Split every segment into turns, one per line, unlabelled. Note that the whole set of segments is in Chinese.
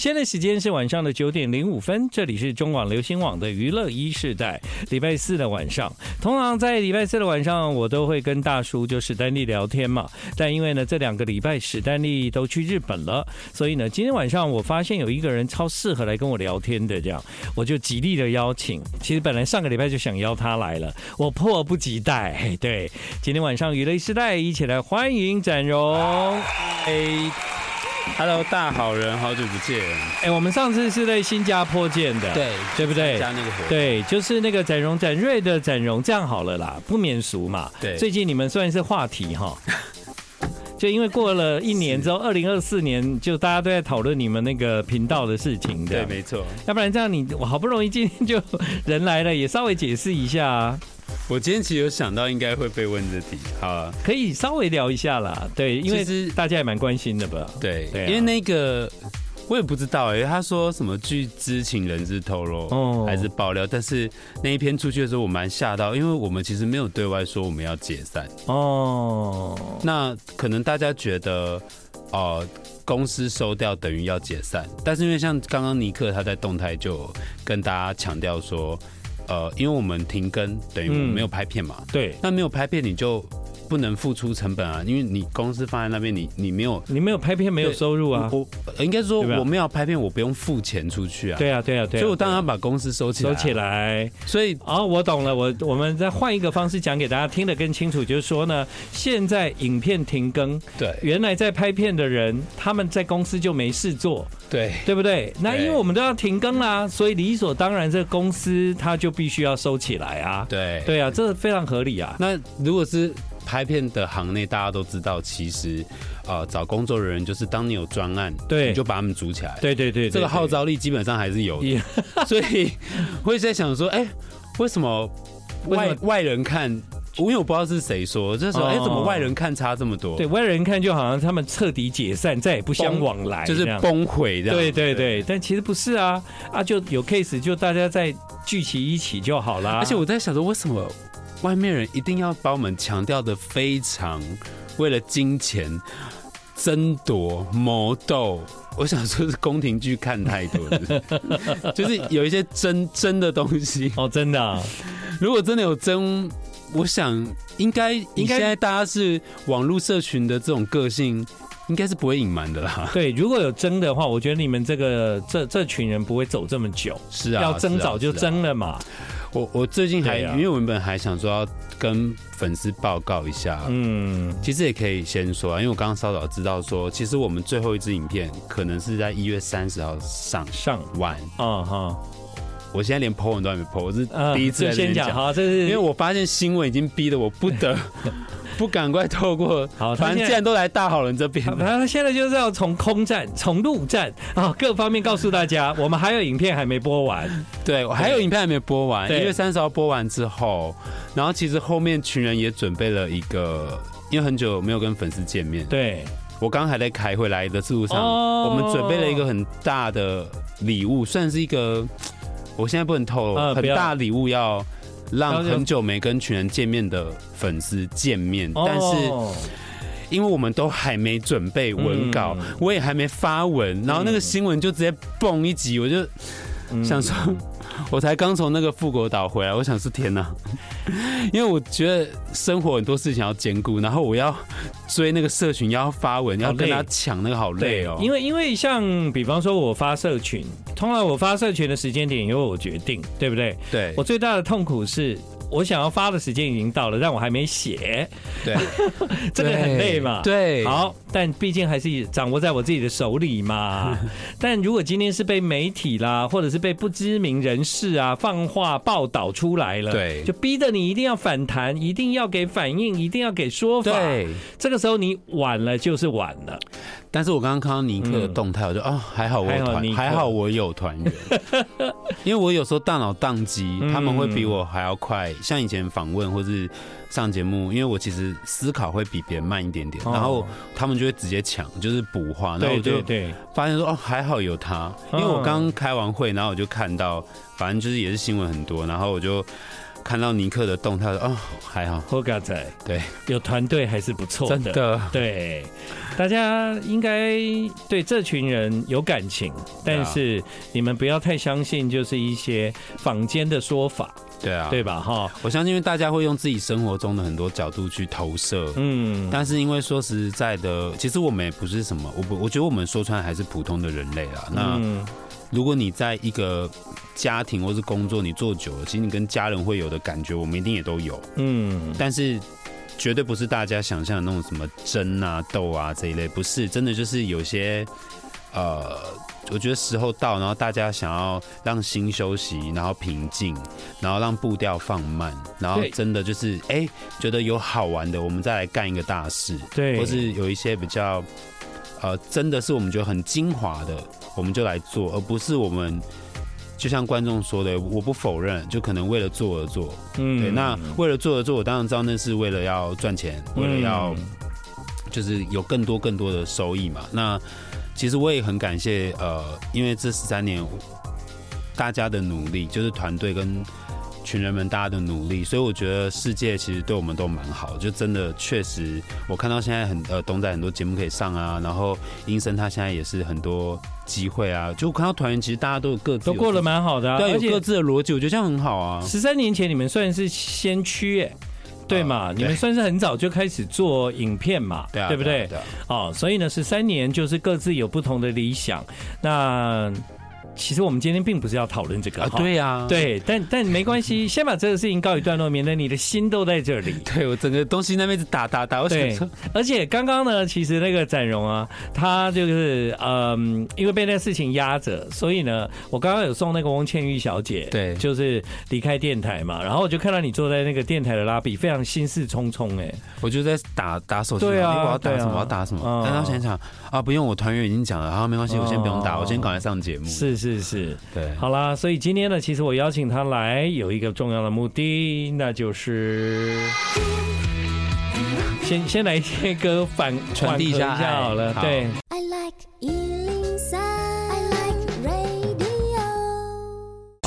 现在时间是晚上的九点零五分，这里是中广流行网的娱乐一世代。礼拜四的晚上，通常在礼拜四的晚上，我都会跟大叔就史丹利聊天嘛。但因为呢，这两个礼拜史丹利都去日本了，所以呢，今天晚上我发现有一个人超适合来跟我聊天的，这样我就极力的邀请。其实本来上个礼拜就想邀他来了，我迫不及待。 嘿对，今天晚上娱乐一世代一起来欢迎展荣。
哎，Hello，大好人，好久不见。
哎、我们上次是在新加坡见的，
对
对不对？
加那个活动，
对，就是那个展荣展瑞的展荣，这样好了啦，不免俗嘛。
对
最近你们算是话题哈。 就因为过了一年之后，二零二四年就大家都在讨论你们那个频道的事情
对，
的，
没错。
要不然这样你我好不容易今天就人来了，也稍微解释一下、啊，
我今天其实有想到应该会被问这题，好、啊，
可以稍微聊一下啦。对，因为
其实
大家也蛮关心的吧？
对，
对啊
因为那个我也不知道哎、他说什么据知情人士透露、
哦
还是爆料，但是那一篇出去的时候我蛮吓到，因为我们其实没有对外说我们要解散，
哦，
那可能大家觉得哦。公司收掉等于要解散，但是因为像刚刚尼克他在动态就有跟大家强调说，呃，因为我们停更等于我们
嗯
没有拍片嘛，
对，
那没有拍片你就不能付出成本啊，因为你公司放在那边，你你没有。
你没有拍片，没有
对
收入啊？
我我应该说
对吧
我没有拍片，我不用付钱出去啊。
对啊，对啊，对啊。
所以我当然要把公司收起来、啊
收起。来。
所以
哦，我懂了，我我们再换一个方式讲给大家听得更清楚，就是说呢，现在影片停更，
对
原来在拍片的人，他们在公司就没事做，
对
对不对？那因
对
为我们都要停更啦，所以理所当然，这个公司它就必须要收起来啊。
对
对啊，这非常合理啊。
那如果是拍片的行内，大家都知道，其实呃找工作人员就是当你有专案，
对
你就把他们组起来。
对对对对，
这个
对
号召力基本上还是有
也
的。 所以我一直在想说，哎、为什么
为什
外
么
外人看？因为我不知道是谁说，就是说，哎、
哦
怎么外人看差这么多？
对外人看就好像他们彻底解散，再也不相
崩
往来这
就
样，
是崩毁的。
对对对，但其实不是啊啊，就有 case 就大家再聚齐一起就好啦。
而且我在想说，为什么外面人一定要把我们强调的非常为了金钱争夺谋斗？我想说是宫廷剧看太多了， 就是有一些真真的东西。
哦，真的、啊，
如果真的有真，我想应该应
应该
该现在大家是网络社群的这种个性，应该是不会隐瞒的啦。
对，如果有争的话，我觉得你们这个这这群人不会走这么久，
是啊，
要争
是啊
早就是
啊
争了嘛。
我我最近还、
对啊
因为我原本还想说要跟粉丝报告一下，啊
嗯，
其实也可以先说啊，因为我刚刚稍早知道说，其实我们最后一支影片可能是在一月三十号上
上
完。
啊哈，我
我现在连 po 文都还没 po，我是
嗯
第一次
就
在这
先
边
讲
讲，
哈，这是
因为我发现新闻已经逼得我不 得不赶快透过，
好，他
反正
现
既
在。
然都来大好人这边
他
了，
他啊现在就是要从空战、从陆战啊各方面告诉大 家，我们还有影片还没播完，
对我还有影片还没播完，一
对
月三十号播完之后，然后其实后面群人也准备了一个，因为很久没有跟粉丝见面，
对，
我刚刚还在开回来的路上，
哦
我们准备了一个很大的礼物，算是一个，我现在不能透露，
嗯
很
不要
大礼物要
要
让
要
很久没跟群人见面的粉丝见面，但是
哦
因为我们都还没准备文稿，
嗯
我也还没发文，然后那个新闻就直接蹦一集，我就
嗯
想说， 我才刚从那个富国岛回来，我想说天哪， 因为我觉得生活很多事情要兼顾，然后我要追那个社群，要发文，要跟
累
他抢那个，好累哦。
因
为
为因为像比方说我发社群，通常我发社群的时间点由我决定，对不对？
对
我最大的痛苦是。我想要发的时间已经到了，但我还没写，
对，
这个很累嘛。，
对，
好，但毕竟还是掌握在我自己的手里 嘛。但如果今天是被媒体啦，或者是被不知名人士啊放话报道出来了，
对
就逼得你一定要反弹，一定要给反应，一定要给说法。，
对。
这个时候你晚了就是晚了。
但是我刚刚看到尼克的动态，我就啊、还好我有
嗯还好尼
团，
克
还好我有团 员，因为我有时候大脑宕机，
嗯
他们会比我还要快。像以前访问或是上节目，因为我其实思考会比别人慢一点点，
哦
然后他们就会直接抢，就是补话，然后
对
我就
对嗯对，
发现说哦，还好有他，因为我刚开完会，然后我就看到，反正就是也是新闻很多，然后我就看到尼克的动，他说哦还好，
后嘎仔
对，
有团队还是不错
真
的。
的
对，大家应该对这群人有感情，但
啊
是你们不要太相信，就是一些坊间的说法，
对啊，
对吧？哈，
我相信，因为大家会用自己生活中的很多角度去投射。
嗯，
但是因为说实在的，其实我们也不是什么，我不，我觉得我们说穿了还是普通的人类啦。那
嗯
如果你在一个家庭或是工作，你做久了，其实你跟家人会有的感觉，我们一定也都有。
嗯，
但是绝对不是大家想象的那种什么争啊、斗啊这一类，不是真的就是有些呃，我觉得时候到，然后大家想要让心休息，然后平静，然后让步调放慢，然后
对
真的就是哎、觉得有好玩的，我们再来干一个大事，
对，
或是有一些比较呃，真的是我们觉得很精华的，我们就来做，而不是我们。就像观众说的，我不否认，就可能为了做而做，
嗯
对，那为了做而做，我当然知道那是为了要赚钱，为了要
嗯
就是有更多更多的收益嘛。那其实我也很感谢呃，因为这十三年大家的努力，就是团队跟群人们大家的努力，所以我觉得世界其实对我们都蛮好，就真的确实，我看到现在很呃，董仔很多节目可以上啊，然后英生他现在也是很多机会啊，就我看到团员其实大家都有各自
都过了
吗？
蛮好的、啊，
对啊，
而
有
且
各自的逻辑，我觉得这样很好啊。
十三年前你们算是先驱、哎，对嘛？
啊对
你们算是很早就开始做影片嘛，
对啊，
不对？
啊啊
哦，所以呢，十三年就是各自有不同的理想。那其实我们今天并不是要讨论这个
啊，
哈
对啊，
对，但但没关系，先把这个事情告一段落，免得你的心都在这里。
对我整个东西那边一直打打打，我想
对
说，
而且刚刚呢，其实那个展荣啊，他就是嗯，因为被那事情压着，所以呢，我刚刚有送那个翁倩玉小姐，
对
就是离开电台嘛，然后我就看到你坐在那个电台的拉比，非常心事重重哎、
我就在打打手机，
对啊
因为我要打什
对
么，
啊
我要打什
嗯
么。但他想一想啊，不用，我团员已经讲了，啊，没关系，我先不用打，
哦
我先赶快上节目。，
是是是，
对，
好啦，所以今天呢，其实我邀请他来有一个重要的目的，那就是。先先来一些歌反
传递一下
缓和
爱
好了，
好
对，
I like Ealing Sound. I like radio.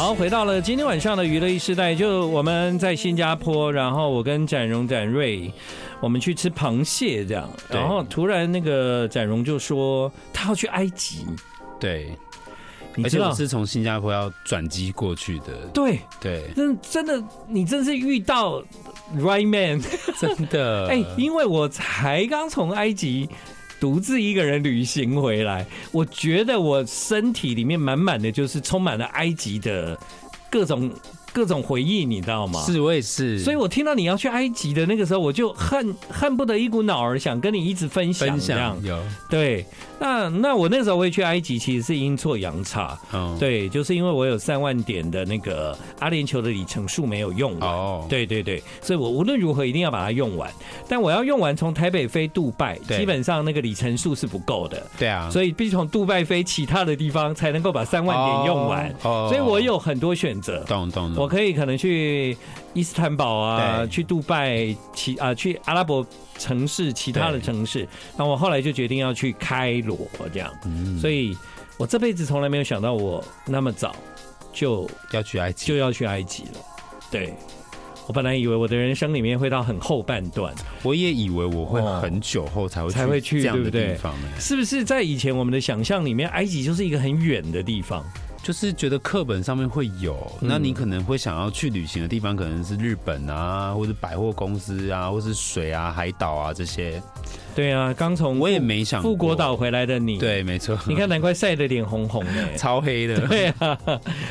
好，回到了今天晚上的娱乐一时代，就我们在新加坡，然后我跟展荣、展瑞，我们去吃螃蟹这样，
对
然后突然那个展荣就说他要去埃及，
对，
你
而
知
且
道
我？是从新加坡要转机过去的，
对，，
对
真真的，你真是遇到 right man，
真 的，
哎、因为我才刚从埃及。独自一个人旅行回来，我觉得我身体里面满满的就是充满了埃及的各种各种回忆，你知道吗？
是我也是，
所以我听到你要去埃及的那个时候，我就恨恨不得一股脑儿想跟你一直分享
分
这样
享。有，
对，那那我那时候会去埃及，其实是阴错阳差。
嗯，，
对，就是因为我有三万点的那个阿联酋的里程数没有用完。
哦，
对对对，所以我无论如何一定要把它用完。但我要用完从台北飞杜拜，
对
基本上那个里程数是不够的，
对啊，以
所以必须从杜拜飞其他的地方才能够把三万点用完。，
哦
所以我有很多选择。
懂懂
我
懂，
可以可能去伊斯坦堡啊，
对
去杜拜，其啊、去阿拉伯城市，其他的
对
城市。那我后来就决定要去开罗这样，
嗯
所以我这辈子从来没有想到我那么早就
要去埃及
就，要去埃及了。对我本来以为我的人生里面会到很后半段，
我也以为我会
哦
很久后才会
才会去
这样
对不
的
对
地方，哎
是不是在以前我们的想象里面，埃及就是一个很远的地方？
就是觉得课本上面会有，
嗯
那你可能会想要去旅行的地方，可能是日本啊，或者百货公司啊，或是水啊、海岛啊这些。
对啊，刚从
我也没想过
富国，岛回来的你，，
对，没错，
你看难怪晒得脸红红的、
超黑的。
对啊，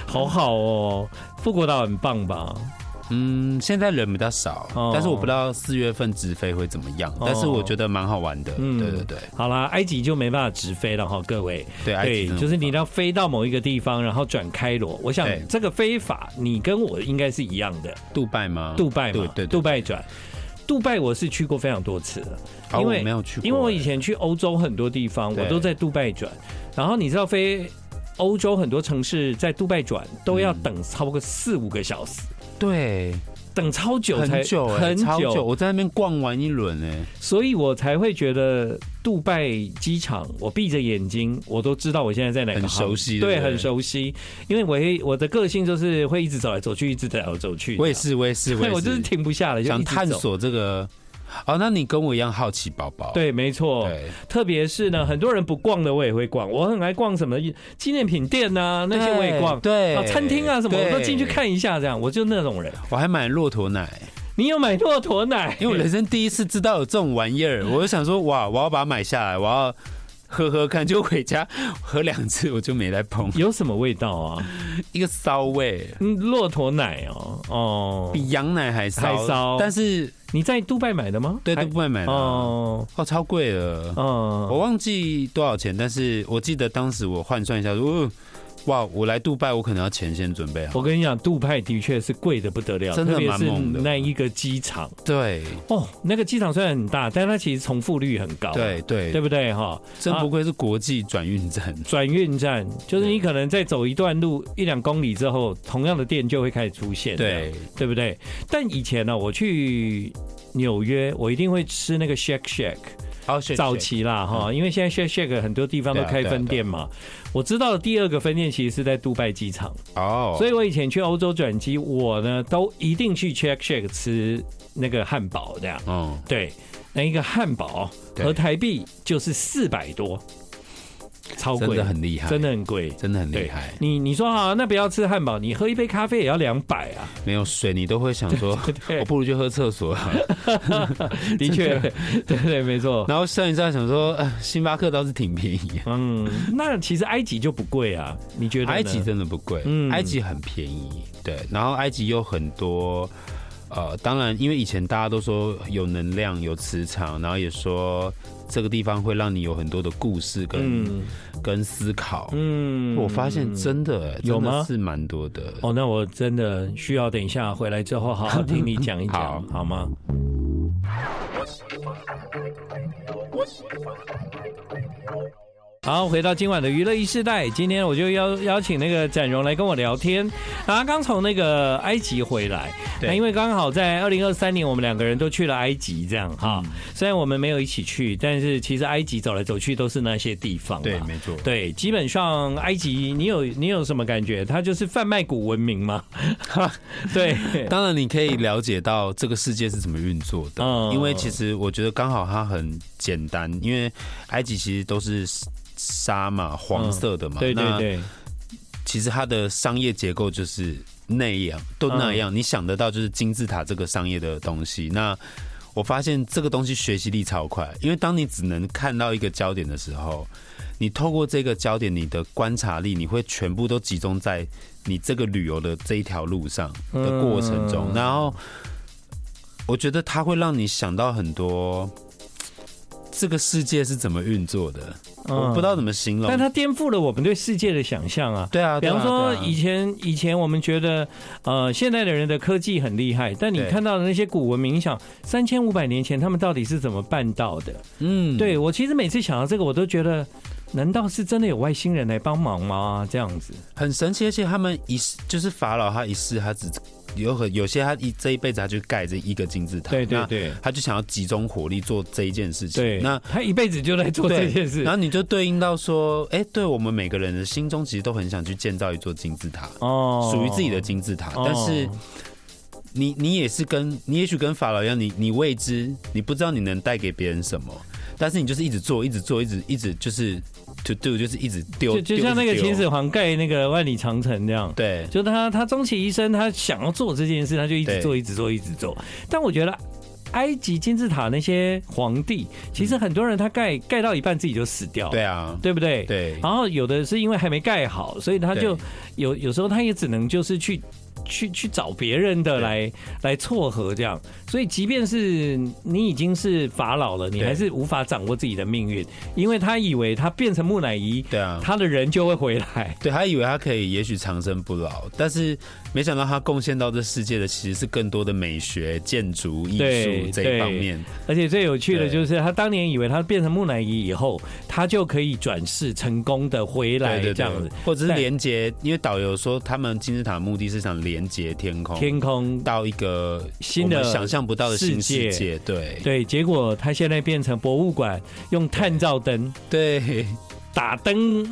好好哦，富国岛很棒吧？
嗯，现在人比较少，
哦
但是我不知道四月份直飞会怎么样，但是我觉得蛮好玩的。
嗯
对对对
好啦，埃及就没办法直飞了哈，各位。
对，埃及
对
真，的
就是你
很棒
要飞到某一个地方，然后转开罗。我想
对
这个飞法，你跟我应该是一样的。
杜拜吗？
杜拜嘛，
对对对，
杜拜转。杜拜我是去过非常多次了，
哦我没有去过
因为我以前去欧洲很多地方，
对
我都在杜拜转。然后你知道飞欧洲很多城市在杜拜转都要等超过四五个小时。
哎对，
等超久才
很久哎、
很
超
久
久，我在那边逛完一轮哎、
所以我才会觉得杜拜机场，我闭着眼睛，我都知道我现在在哪个
很
航
熟悉对
对，
不对
很熟悉。因为我会我的个性就是会一直走来走去，一直走来走去。
我也，是，我也是，我
对，
也是，
我就是停不下来，就
想
一直走
探。索这个。哦，那你跟我一样好奇宝宝，哦
对，哦没错。
对，
特别是呢，很多人不逛的我也会逛，我很爱逛什么纪念品店呐、那些我也逛。
对，
啊，餐厅啊什么，我
对
都进去，看一下，这样我就那种人。
我还买骆驼奶，
你有买骆驼奶？
因为我人生第一次知道有这种玩意儿，我就想说哇，我要把它买下来，我要喝喝看，就回家喝两次，我就没再碰。
有什么味道啊？
一个骚味，
嗯，骆驼奶哦，哦，
比羊奶还骚，
还骚
但是
你在杜拜买的吗？
对
还
都不会买的啊，哦
哦，
超贵了，我
哦，
忘记多少钱，但是我记得当时我换算一下，如果哇，我来杜拜，我可能要钱先准备好。
我跟你讲，杜拜的确是贵的不得了，
真的
特别
蛮
是
猛的
那一个机场
对
哦，那个机场虽然很大，但它其实重复率很高，
对
对
对，
不对哈？
真不愧是国际转运站。
转运站就是你可能再走一段路一两公里之后，同样的店就会开始出现，
对，
对不对？但以前呢、我去纽约，我一定会吃那个 Shake Shake。
好，谢谢
早期啦哈，因为现在 Shake Shake 很多地方都
对啊
开
对啊
分
嗯对啊
店嘛。我知道的第二个分店其实是在杜拜机场，
哦，
所以我以前去欧洲转机，我呢都一定去 Shake Shake 吃那个汉堡这样。
哦，
对，那一个汉堡
对
和台币就是四百多，超
真
贵
的，很厉害，
真
的
的很贵。
真的很厉
对
害，，
你你说啊，那不要吃汉堡，你喝一杯咖啡也要两百 啊。
没有水你都会想说，
对
我不如去喝 厕所啊。
的确， 对对，没错。
然后上一站想说，呃星巴克倒是挺便宜，
嗯，那其实埃及就不贵啊，你觉得呢？
埃及真的不贵，
嗯
埃及很便宜，对，然后埃及有很多。呃，当然，因为以前大家都说有能量、有磁场，然后也说这个地方会让你有很多的故事跟、
嗯
跟思考。
嗯
我发现真的、
有
真的
吗
是蛮多的。
哦，那我真的需要等一下回来之后好好听你讲一讲
好，
好吗？好，回到今晚的娱乐一世代，今天我就邀邀请那个展荣来跟我聊天。啊，刚从那个埃及回来，
对
那因为刚好在二零二三年，我们两个人都去了埃及，这样
嗯
哈。虽然我们没有一起去，但是其实埃及走来走去都是那些地方嘛。
对，没错。
对，基本上埃及，你有你有什么感觉？它就是贩卖古文明嘛。 对，
当然，你可以了解到这个世界是怎么运作的，
嗯
因为其实我觉得刚好它很简单，因为埃及其实都是沙嘛，黄色的 嘛，
对对
那
对，
其实它的商业结构就是那样，都那样。你想得到就是金字塔这个商业的东西。
嗯
那我发现这个东西学习力超快，因为当你只能看到一个焦点的时候，你透过这个焦点，你的观察力你会全部都集中在你这个旅游的这一条路上的过程中，
嗯
然后我觉得它会让你想到很多。这个世界是怎么运作的？我不知道怎么形容。
嗯但它颠覆了我们对世界的想象啊。
对啊，
比
对啊
方说
对，啊
以前以前我们觉得，呃，现代的人的科技很厉害，但你
对
看到的那些古文明，你想三千五百年前他们到底是怎么办到的？
嗯，
对我其实每次想到这个，我都觉得，难道是真的有外星人来帮忙吗？这样子，
很神奇，而且他们一世就是法老，他一世他只有很有些他一这一辈子他就盖这一个金字塔，
对对
那
对
他就想要集中火力做这一件事情。
对，
那
他一辈子就在 做这
对
件事
然。后你就对应到说，哎、对我们每个人的心中其实都很想去建造一座金字塔，
哦
属于自己的金字塔，
哦
但是。你你也是跟你也许跟法老一样，你你未知，你不知道你能带给别人什么，但是你就是一直做，一直做，一直一直就是 to do，就是一直丢，
就就像那个
丢
秦始，皇盖那个万里长城这样，
对
就他他终其一生，他想要做这件事，他就一直
对
做，一直做，一直做。但我觉得埃及金字塔那些皇帝，其实很多人他盖盖到一半自己就死掉，
嗯对啊，
对不对？。
对，
然后有的是因为还没盖好，所以他就
对
有有时候他也只能就是去去去找别人的
对
来来撮合这样。所以即便是你已经是法老了，你
对
还是无法掌握自己的命运，因为他以为他变成木乃伊，
对啊，
他的人就会回来。
对他以为他可以也许长生不老，但是没想到他贡献到这世界的其实是更多的美学、建筑、艺
对
术这一方面。
而且最有趣的
对
就是，他当年以为他变成木乃伊以后，他就可以转世成功的回来
对对
这样
对
子。
或者是
但
连接，因为导游说他们金字塔的目的是想连接天空，
天空
到一个
新的
我们想象不到的新世
世
界。对
对，结果它现在变成博物馆，用探照灯
对，
打灯，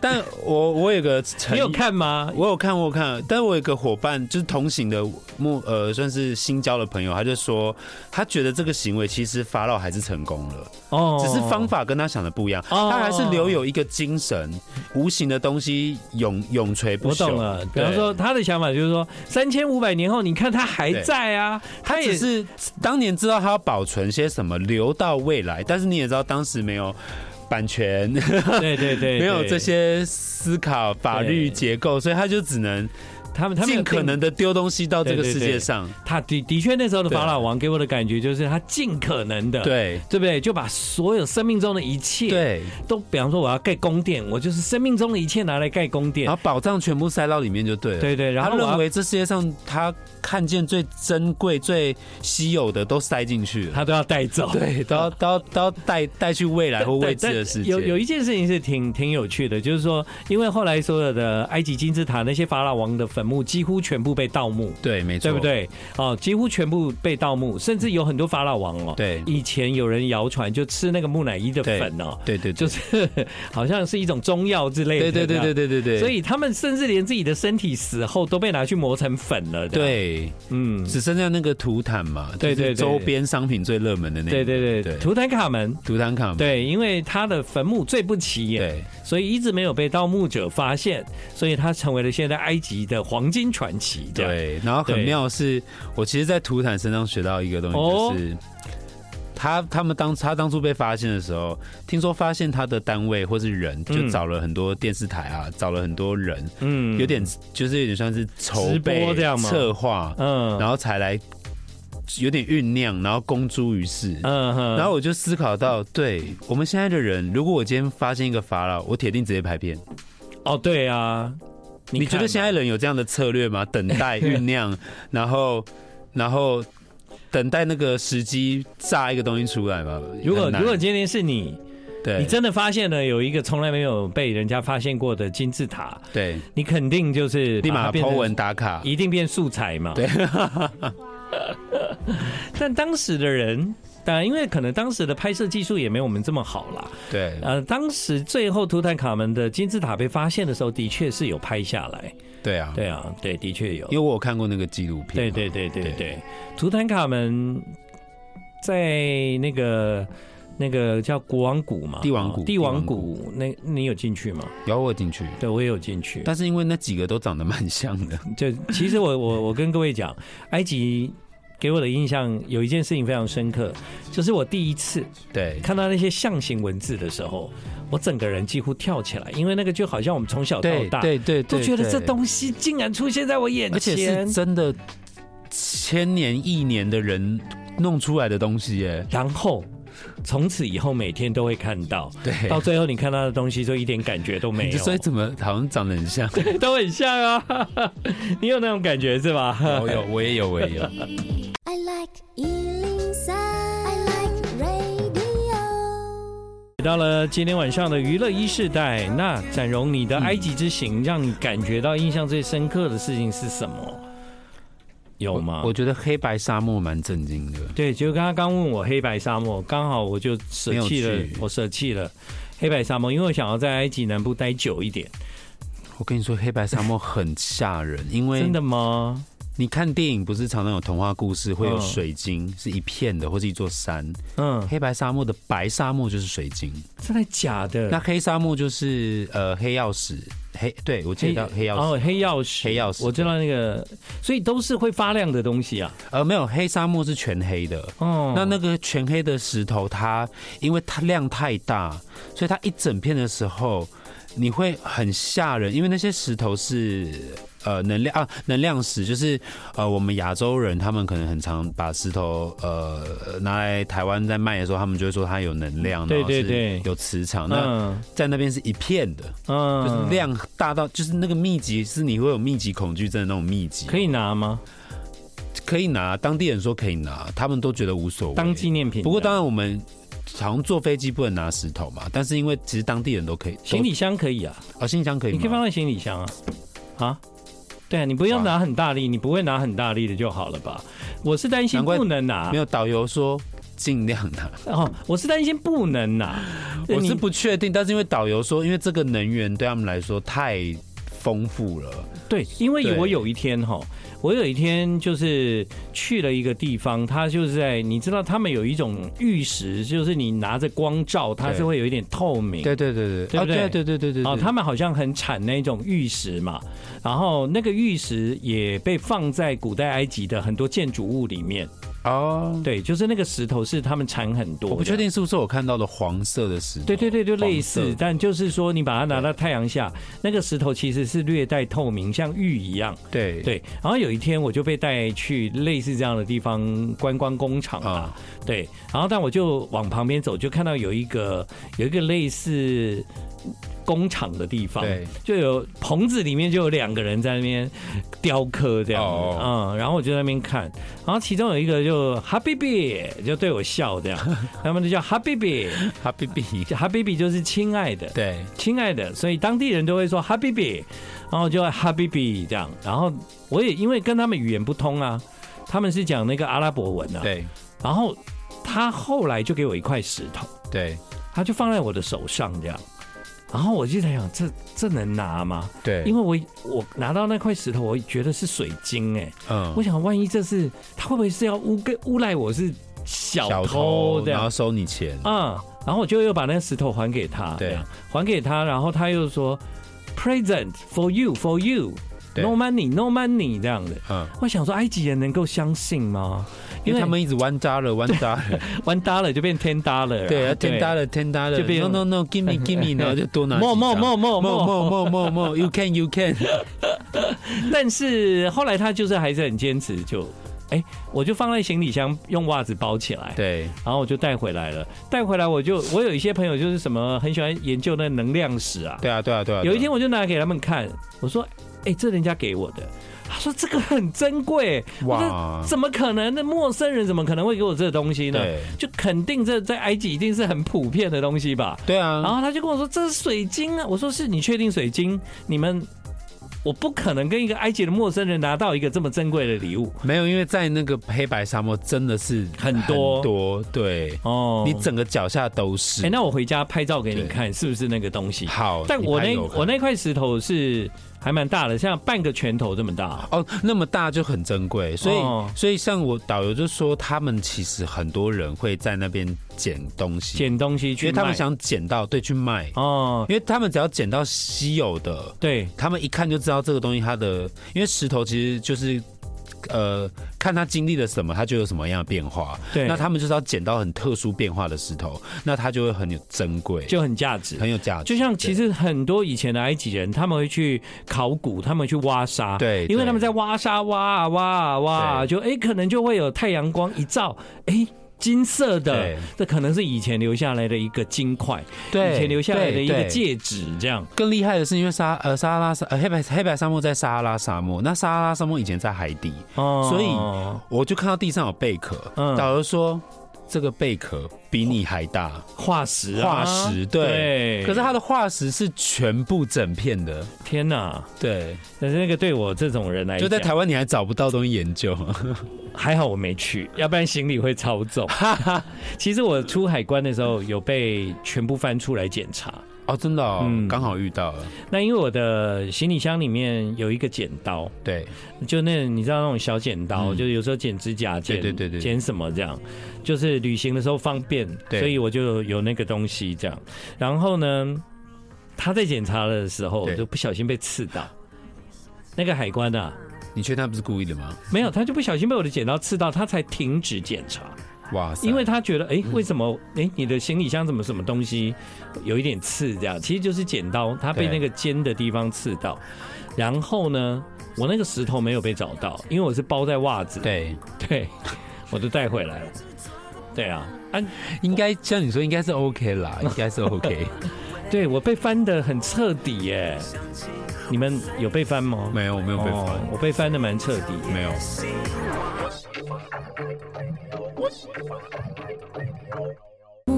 但我我 有个成
你有看吗？
我有看，我有看，但我有个伙伴，就是同行的木呃，算是新交的朋友，他就说，他觉得这个行为其实发到还是成功了，
哦
只是方法跟他想的不一样，
哦
他还是留有一个精神，无形的东西永永垂不
我
朽。
懂了，比方
对
说他的想法就是说，三千五百年后，你看它还在啊，它
他
也
只是当年知道他要保存些什么，留到未来，但是你也知道当时没有版权，
对对对，
没有
对
这，些思考法律
对
结构，所以他就只能
他们他们
尽可能的丢东西到这个
对对
世
对
界上。
他的的确那时候的
对
法老王给我的感觉就是他尽可能的，
对
对不对？就把所有生命中的一切，，
对。
都比方说我要盖宫殿，我就是生命中的一切拿来盖宫殿
然，后宝藏全部塞到里面就对了。
对对，然后
他
我要
认为这世界上他看见最珍贵、最稀有的都塞进去了，
他都要带走，
对，都要都要都要带带去未来或未知的世界。
有有一件事情是挺挺有趣的，就是说，因为后来所有的埃及金字塔那些法老王的坟墓几乎全部被盗墓，
对，没错，
对不？对？哦，几乎全部被盗墓，甚至有很多法老王哦，
对
以前有人谣传就吃那个木乃伊的
对
粉哦，
对对，
就是 好像是一种中药之类的，
对对
对。
对对对对对，
所以他们甚至连自己的身体死后都被拿去磨成粉了。这样，
对，啊
嗯，
只剩下那个图坦嘛，
对对对
就是周边商品最热门的那
对
个，
对对，
对，
图坦卡门，
图坦卡嘛，
对，因为他的坟墓最不起眼，
对
所以一直没有被盗墓者发现，所以他成为了现在埃及的黄金传奇。这样，
对，然后很
对
妙的是，我其实，在图坦身上学到一个东西，
哦
就是、他他们当他当初被发现的时候，听说发现他的单位或是人，就
嗯
找了很多电视台啊，找了很多人，
嗯
有，点就是有点像是筹
直播
备
这样吗
策划，
嗯
然后才来有点酝酿，然后公诸于世。
嗯哼，
然后我就思考到，对我们现在的人，如果我今天发现一个法老，我铁定直接拍片。
哦，对啊，
你觉
看啊
得
嘛
现在人有这样的策略吗？等 待、酝酿，然后，然后等待那个时机炸一个东西出来吗？
如果
很难
如果今天是你，
对
你真的发现了有一个从来没有被人家发现过的金字塔，
对，
你肯定就是
立
把它
马
变
Po
成
文打卡，
一定变素材嘛。对。 但当时的人，当然因为可能当时的拍摄技术也没有我们这么好啦。
对
呃，当时最后图坦卡门的金字塔被发现的时候，的确是有拍下来。
对啊，
对啊，对，的确有
因为。我有看过那个纪录片，
对对，对对
对
对，图坦卡门在那个那个叫国王谷嘛，哦
帝王谷
帝王
帝
谷，那你有进去吗？
有我进去，
对，我也有进去。
但是因为那几个都长得蛮像 的，
就其实我我我跟各位讲，埃及给我的印象有一件事情非常深刻，就是我第一次
对
看到那些象形文字的时候，我整个人几乎跳起来，因为那个就好像我们从小到
对
大
对对，
都觉得这
都，
东西竟然出现在我眼
而且
前
是，真的千年亿年的人弄出来的东西耶，
然后从此以后每天都会看到，
对，
到最后你看到的东西就一点感觉都没有，
所以怎么好像长得很 像？
都很像啊， 你有那种感觉是吧？
我有，我也有，我也有。
I like Ealing Sound. I like radio.
到了今天晚上的娱乐一世代，那展荣，你
嗯
的埃及之行让你感觉到印象最深刻的事情是什么？有吗？
我觉得黑白沙漠蛮震惊的。
对，就刚刚刚问我黑白沙漠，刚好我就舍弃
没
了
有去，
我舍弃了黑白沙漠，因为我想要在埃及南部待久一点。
我跟你说，黑白沙漠很吓人，因为
真的吗？
你看电影不是常常有童话故事会有
嗯
水晶，是一片的或是一座山。
嗯，
黑白沙漠的白沙漠就是水晶，
真的假的？
那黑沙漠就是呃黑曜石。黑，对我记得叫黑曜石，
哦，黑曜石，
黑曜石
我知道那个，所以都是会发亮的东西啊。
呃没有黑沙漠是全黑的。
哦，
那那个全黑的石头，它因为它量太大，所以它一整片的时候，你会很吓人，因为那些石头是呃能量啊能量石，就是呃我们亚洲人他们可能很常把石头呃拿来台湾在卖的时候，他们就会说它有能量，
对
然后是
对对
有磁场。那
嗯
在那边是一片的，
嗯
就是量大到就是那个密集是你会有密集恐惧症的那种密集，
可以拿吗？
可以拿，当地人说可以拿，他们都觉得无所谓，
当纪啊念品。
不过当然我们好像坐飞机不能拿石头嘛，但是因为其实当地人都可以，
行李箱可以啊，
都哦行李箱可以
你
吗？
可以放在行李箱啊。啊，对啊，你不用
哇
拿很大力，你不会拿很大力的就好了吧？我是担心
难怪
不能拿
没，有导游说尽量拿，
哦，我是担心不能拿。
我
你
是不确定，但是因为导游说，因为这个能源对他们来说太丰富了，
对，因为
对
我有一天哈，我有一天就是去了一个地方，它就是在你知道，他们有一种玉石，就是你拿着光照，它
对
是会有一点透明。
对对对
对
对，
不
啊
对
对对对对对，
哦，
对
他们好像很产那种玉石嘛，然后那个玉石也被放在古代埃及的很多建筑物里面。
哦，
对，就是那个石头是他们产很多的。
我不确定是不是我看到的黄色的石头，
对对对，就类
黄
似
色，
但就是说，你把它拿到太阳下，那个石头其实是略带透明，像玉一样。
对
对，然后有一天我就被带去类似这样的地方观光工厂啊
啊，
对，然后但我就往旁边走，就看到有一个有一个类似工厂的地方，
对，
就有棚子里面就有两个人在那边雕刻这样子，
哦
嗯，然后我就在那边看，然后其中有一个就哈 a 比就对我笑这样， 他们就叫哈 a 比，
哈比比，
哈 a 比就是亲爱的，
对，
亲爱的，所以当地人都会说哈 a 比，然后就哈 a 比这样，然后我也因为跟他们语言不通啊，他们是讲那个阿拉伯文啊，
对
然后他后来就给我一块石头，
对
他就放在我的手上这样，然后我就在想这这能拿吗？
对，
因
为
为我我拿到那块石头，我觉得是水晶哎、
嗯
我想万一这是他会不会是要诬跟诬赖我是小
小
偷
偷，
这
然
样
后？收你钱，
啊、然后我就又把那个石头还给他，
对
这样，还给他，然后他又说 present for you for you。
对
No money, no money 这样的，
嗯，
我想说埃及人能够相信吗？
因为他们一直弯扎了弯扎 了，
玩搭了就变天搭了，
对啊，天搭了天搭了，
就变
no no no，give me give me，然后就多拿几
莫
张
莫莫莫
莫
莫。
莫莫莫莫，you can you can，
但是后来他就是还是很坚持，就哎、我就放在行李箱，用袜子包起来，
对
然后我就带回来了。带回来我就我有一些朋友就是什么很喜欢研究那能量史啊，
对啊对啊对啊，对啊
有一天我就拿给他们看，我说：“哎、这人家给我的。”他说：“这个很珍贵，
哇，
怎么可能？那陌生人怎么可能会给我这个东西呢？
啊对
就肯定这在埃及一定是很普遍的东西吧。”
对啊，
然后他就跟我说：“这是水晶啊！”我说：“是你确定水晶？你们我不可能跟一个埃及的陌生人拿到一个这么珍贵的礼物
没有，因为在那个黑白沙漠真的是
很多
很多，对、
哦。
你整个脚下都是。
哎、那我回家拍照给你
对
看，是不是那个东西？
好，
但
你
我
拍
那
给看
我那块石头是还蛮大的，像半个拳头这么大。
哦那么大就很珍贵，所以、
哦
所以像我导游就说，他们其实很多人会在那边捡东西，
捡东西
因
去
为他们
卖
想捡到，对，去卖，
哦，
因为他们只要捡到稀有的，
对，
他们一看就知道这个东西它的，因为石头其实就是。呃，看他经历了什么，他就有什么样的变化。
对
那他们就是要捡到很特殊变化的石头，那它就会很有珍贵，
就很价值。
很有价值。
就像其实很多以前的埃及人，他们会去考古，他们去挖沙，
对
因为
对
他们在挖沙挖啊挖啊挖啊，
对
就哎、可能就会有太阳光一照，哎、金色的
对，
这可能是以前留下来的一个金块，
对
以前留下来的一个
对对
戒指，这样
更厉害的是，因为沙呃撒哈拉沙呃黑白黑白沙漠在撒哈拉沙漠，那撒哈拉沙漠以前在海底，
哦
所以我就看到地上有贝壳，
嗯
导游说这个贝壳比你还大，
化石、啊，
化石对，可是它的化石是全部整片的，
天哪，
对，
但是那个对我这种人来
就
讲，
在台湾你还找不到东西研究，
还好我没去，要不然行李会超 重。其实我出海关的时候有被全部翻出来检查，
哦，真 的哦
嗯，
刚、好遇到了，
那因为我的行李箱里面有一个剪刀，
对
就那你知道那种小剪刀，
嗯
就有时候剪指甲、剪
对对对对
剪什么这样，就是旅行的时候方便，
对
所以我就有那个东西这样。然后呢，他在检查的时候
对
就不小心被刺到，那个海关啊，
你确定他不是故意的吗？
没有，他就不小心被我的剪刀刺到，他才停止检查。
哇塞，
因为他觉得，哎、
嗯
为什么，哎、你的行李箱怎么什么东西有一点刺这样？其实就是剪刀，他被
对
那个尖的地方刺到。然后呢，我那个石头没有被找到，因为我是包在袜子，
对，
对，我就带回来了。对啊，啊，
应该像你说应该是 OK 啦，应该是 OK，
对我被翻的很彻底耶。你们有被翻吗？
没有没有被翻。
哦我被翻的蛮彻底的。
没有。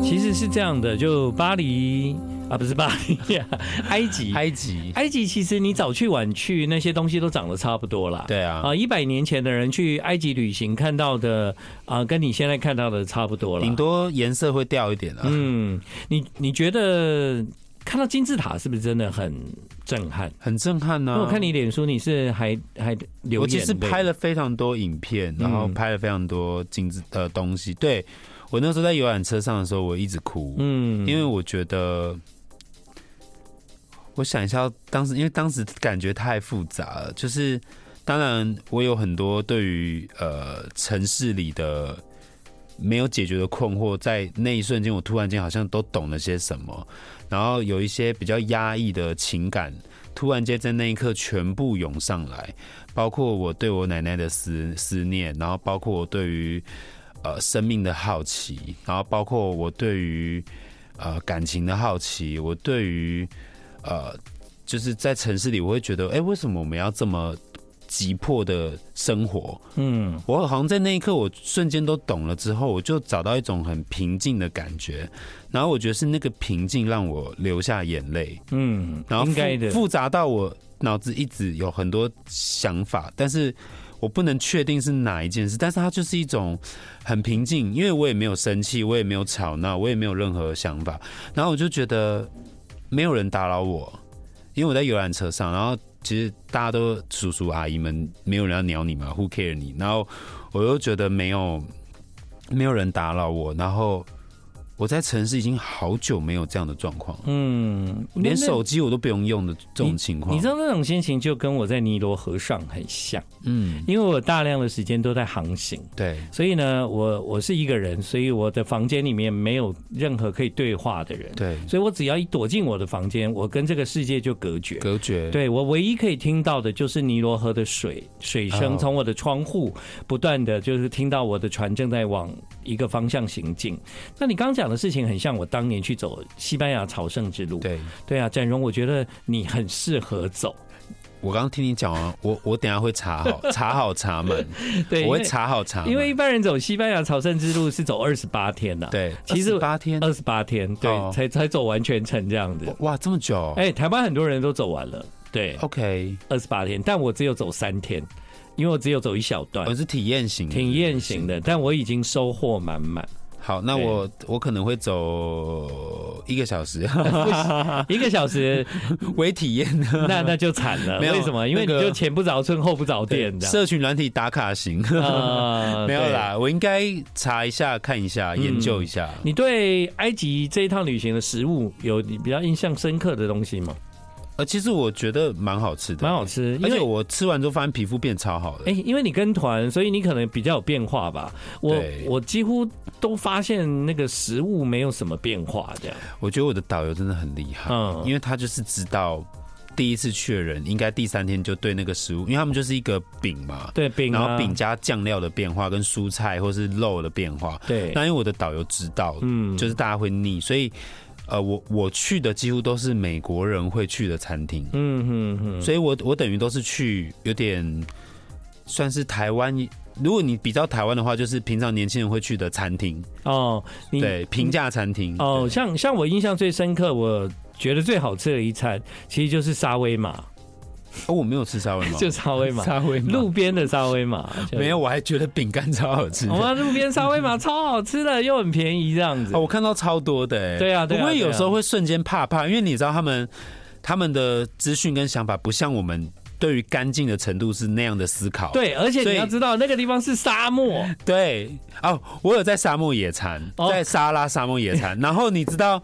其实是这样的，就巴黎啊，不是巴黎呀、埃及。
埃及，
埃及其实你早去晚去，那些东西都长得差不多啦。
对啊，
啊，一百年前的人去埃及旅行看到的啊，跟你现在看到的差不多了。
顶多颜色会掉一点啊，
嗯，你你觉得看到金字塔是不是真的很震撼？
很震撼呢、
因为我看你脸书，你是还还留言，
嗯我其实拍
了，
了非常多影片，然后
嗯
拍了非常多精致的东西。对我那时候在游览车上的时候，我一直哭，
嗯
因为我觉得，我想一下，当时因为当时感觉太复杂了，就是当然我有很多对于呃城市里的没有解决的困惑，在那一瞬间，我突然间好像都懂了些什么，然后有一些比较压抑的情感。突然间在那一刻全部涌上来，包括我对我奶奶的思思念，然后包括我对于呃生命的好奇，然后包括我对于呃感情的好奇，我对于呃就是在城市里，我会觉得，哎、为什么我们要这么急迫的生活？
嗯
我好像在那一刻，我瞬间都懂了之后，我就找到一种很平静的感觉，然后我觉得是那个平静让我流下眼泪。
嗯，
然后
应
复
该的，
复杂到我脑子一直有很多想法，但是我不能确定是哪一件事，但是它就是一种很平静，因为我也没有生气，我也没有吵闹，我也没有任何想法，然后我就觉得没有人打扰我，因为我在游览车上，然后其实大家都叔叔阿姨们，没有人要鸟你嘛，Who care 你？然后我又觉得没有没有人打扰我，然后。我在城市已经好久没有这样的状况了。
嗯，那
连手机我都不用用的这种情况，
你知道那种心情就跟我在尼罗河上很像，
嗯，
因为我大量的时间都在航行。
对，
所以呢，我我是一个人，所以我的房间里面没有任何可以对话的人，
对，
所以我只要一躲进我的房间，我跟这个世界就隔绝。
隔绝，，
对我唯一可以听到的就是尼罗河的水水声
哦
从我的窗户不断的就是听到我的船正在往一个方向行进。那你刚讲的事情很像我当年去走西班牙朝圣之路。
对
对啊，展荣，我觉得你很适合走。
我刚刚听你讲完，我我等一下会 查好，查好查满，
对，
我
因
会
为
查好查满，
因为一般人走西班牙朝圣之路是走二十八天呐、
对，
其实
八天，
二十八天，对，
哦
才才走完全程这样子。
哇，这么久，
哎、台湾很多人都走完了，对，
o k
二十八天，但我只有走三天，因为我只有走一小段
我，是体验型，
挺验型。的，但我已经收获满满。
好，那
对
我我可能会走一个小时， 啊
一个小时，
为体验的。
那那就惨了。
没有
为什么？因为你
那个
就前不着村后不着店这样。
社群软体打卡型，
啊
没有。啦，我应该查一下、看一
嗯
下、研究一下。
对你对埃及这一趟旅行的食物有你比较印象深刻的东西吗？
呃，其实我觉得蛮好吃的，
蛮好吃，因
而且
为
我吃完之后发现皮肤变超好的。
哎、因为你跟团，所以你可能比较有变化吧。我
对
我几乎都发现那个食物没有什么变化，这样。
我觉得我的导游真的很厉害，
嗯
因为他就是知道第一次去的人应该第三天就对那个食物，因为他们就是一个饼嘛，
对饼、
然
啊，
后饼加酱料的变化跟蔬菜或是肉的变化。
对
那，因为我的导游知道，
嗯，
就是大家会腻，所以呃，我我去的几乎都是美国人会去的餐厅，
嗯哼哼，
所以我我等于都是去有点算是台湾。如果你比较台湾的话，就是平常年轻人会去的餐厅，
哦，你
对，平价餐厅。
哦，
对
像像我印象最深刻，我觉得最好吃的一餐，其实就是沙威玛，
哦，我没有吃沙威玛，
就沙威玛，
沙威玛
路边的沙威玛，就
没有，。我还觉得饼干超好吃的。
我们路边沙威玛 超好吃的，又很便宜，这样子
哦，。我看到超多的、欸，
对啊对啊
不过
对啊
有时候会瞬间怕怕，因为你知道他们他们的资讯跟想法不像我们对于干净的程度是那样的思考。
对，而且
所
你
以
要知道，那个地方是沙漠，
对，哦，我有在沙漠野餐，
哦
在沙拉沙漠野 餐，然后你知道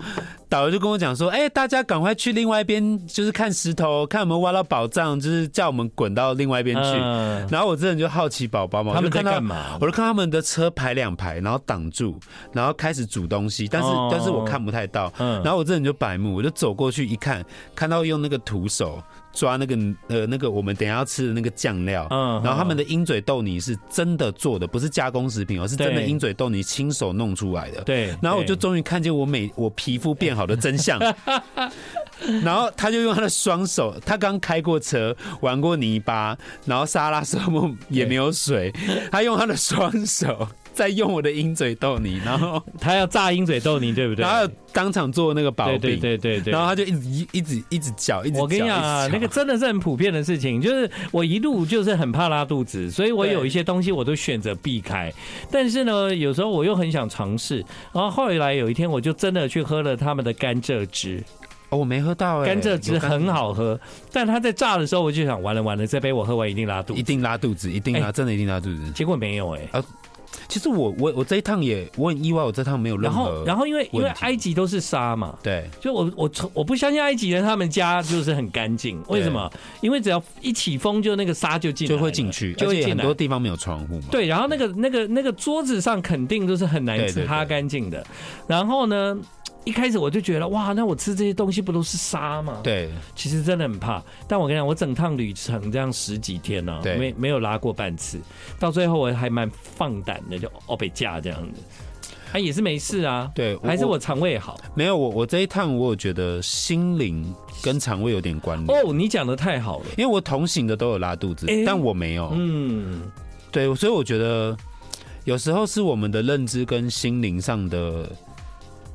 导游就跟我讲说，哎、大家赶快去另外一边，就是看石头，看有没有挖到宝藏，就是叫我们滚到另外一边去。
嗯
然后我这人就好奇宝宝嘛，
他们
我
在
就看到
干嘛？
我就看他们的车排两排，然后挡住，然后开始煮东西，但是、
哦
但是我看不太到，
嗯
然后我这人就白目，我就走过去一看，看到用那个徒手抓那个呃那个我们等一下要吃的那个酱料，
嗯
然后他们的鹰嘴豆泥是真的做的，不是加工食品，而是真的
对
鹰嘴豆泥亲手弄出来的。
对，
然后我就
对
终于看见我每我皮肤变好的真相，然后他就用他的双手，他刚开过车，玩过泥巴，然后撒哈拉沙漠也没 有水，他用他的双手在用我的鹰嘴逗你，然后
他要炸鹰嘴逗你，对不对？
然后当场做那个薄
对
饼，
对对对对
然。后他就一直一一直一直搅，一直搅
我跟你讲啊，
一直
那
搅
个真的是很普遍的事情，就是我一路就是很怕拉肚子，所以我
对
有一些东西我都选择避开。但是呢，有时候我又很想尝试，然后后来有一天我就真的去喝了他们的甘蔗汁，
哦我没喝到哎，
甘蔗汁
有甘
很，好喝，但它在炸的时候我就想，完了完了，这杯我喝完一定拉肚子，
一定拉肚子，一定
哎
拉，真的一定拉肚子。
结果没有哎、
其实我我我这一趟也我很意外，我这趟没有任
然后
何，
然后因为因为
问题
埃及都是沙嘛，
对
就我我从我不相信埃及人他们家就是很干净，为什么？因为只要一起风就那个沙就进来
就
了，
会进去，
就会
而且
进
很
来
多。地方没有窗户嘛。
对，然后那个那个那个桌子上肯定都是很难
对对
擦
对
干净的。然后呢，一开始我就觉得哇，那我吃这些东西不都是沙吗？，
对
其实真的很怕。但我跟你讲，我整趟旅程这样十几天呢、
对
没没有拉过半次，到最后我还蛮放胆的，就哦被架这样子，啊也是没事啊，
对，
还是我肠胃好。
没有我我这一趟，我有觉得心灵跟肠胃有点关联。
哦，你讲的太好了，
因为我同行的都有拉肚子，
哎
但我没有。
嗯。
对，所以我觉得有时候是我们的认知跟心灵上的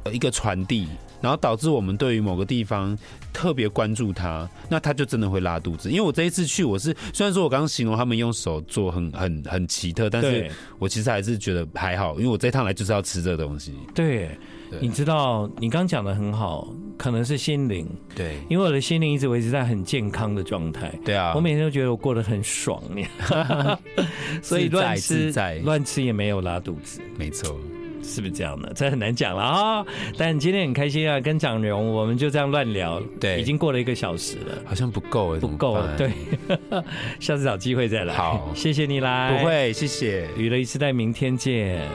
呃一个传递，然后导致我们对于某个地方特别关注它，那它就真的会拉肚子。因为我这一次去，我是虽然说我刚刚形容他们用手做很很很奇特，但是
对
我其实还是觉得还好，因为我这一趟来就是要吃这东西。
对，
对
你知道，你刚讲的很好，可能是心灵，
对
因为我的心灵一直维持在很健康的状态。
对啊，
我每天都觉得我过得很爽， 你所以乱吃
自在
乱吃也没有拉肚子，
没错，
是不是这样的？这很难讲了啊、但今天很开心啊，跟长荣我们就这样乱聊，
对
已经过了一个小时了，
好像不够哎，
不
怎么
够，
办
对，， 下次找机会再来。
好
谢谢你来，
不，会，谢谢。
娱乐一次，在明天见。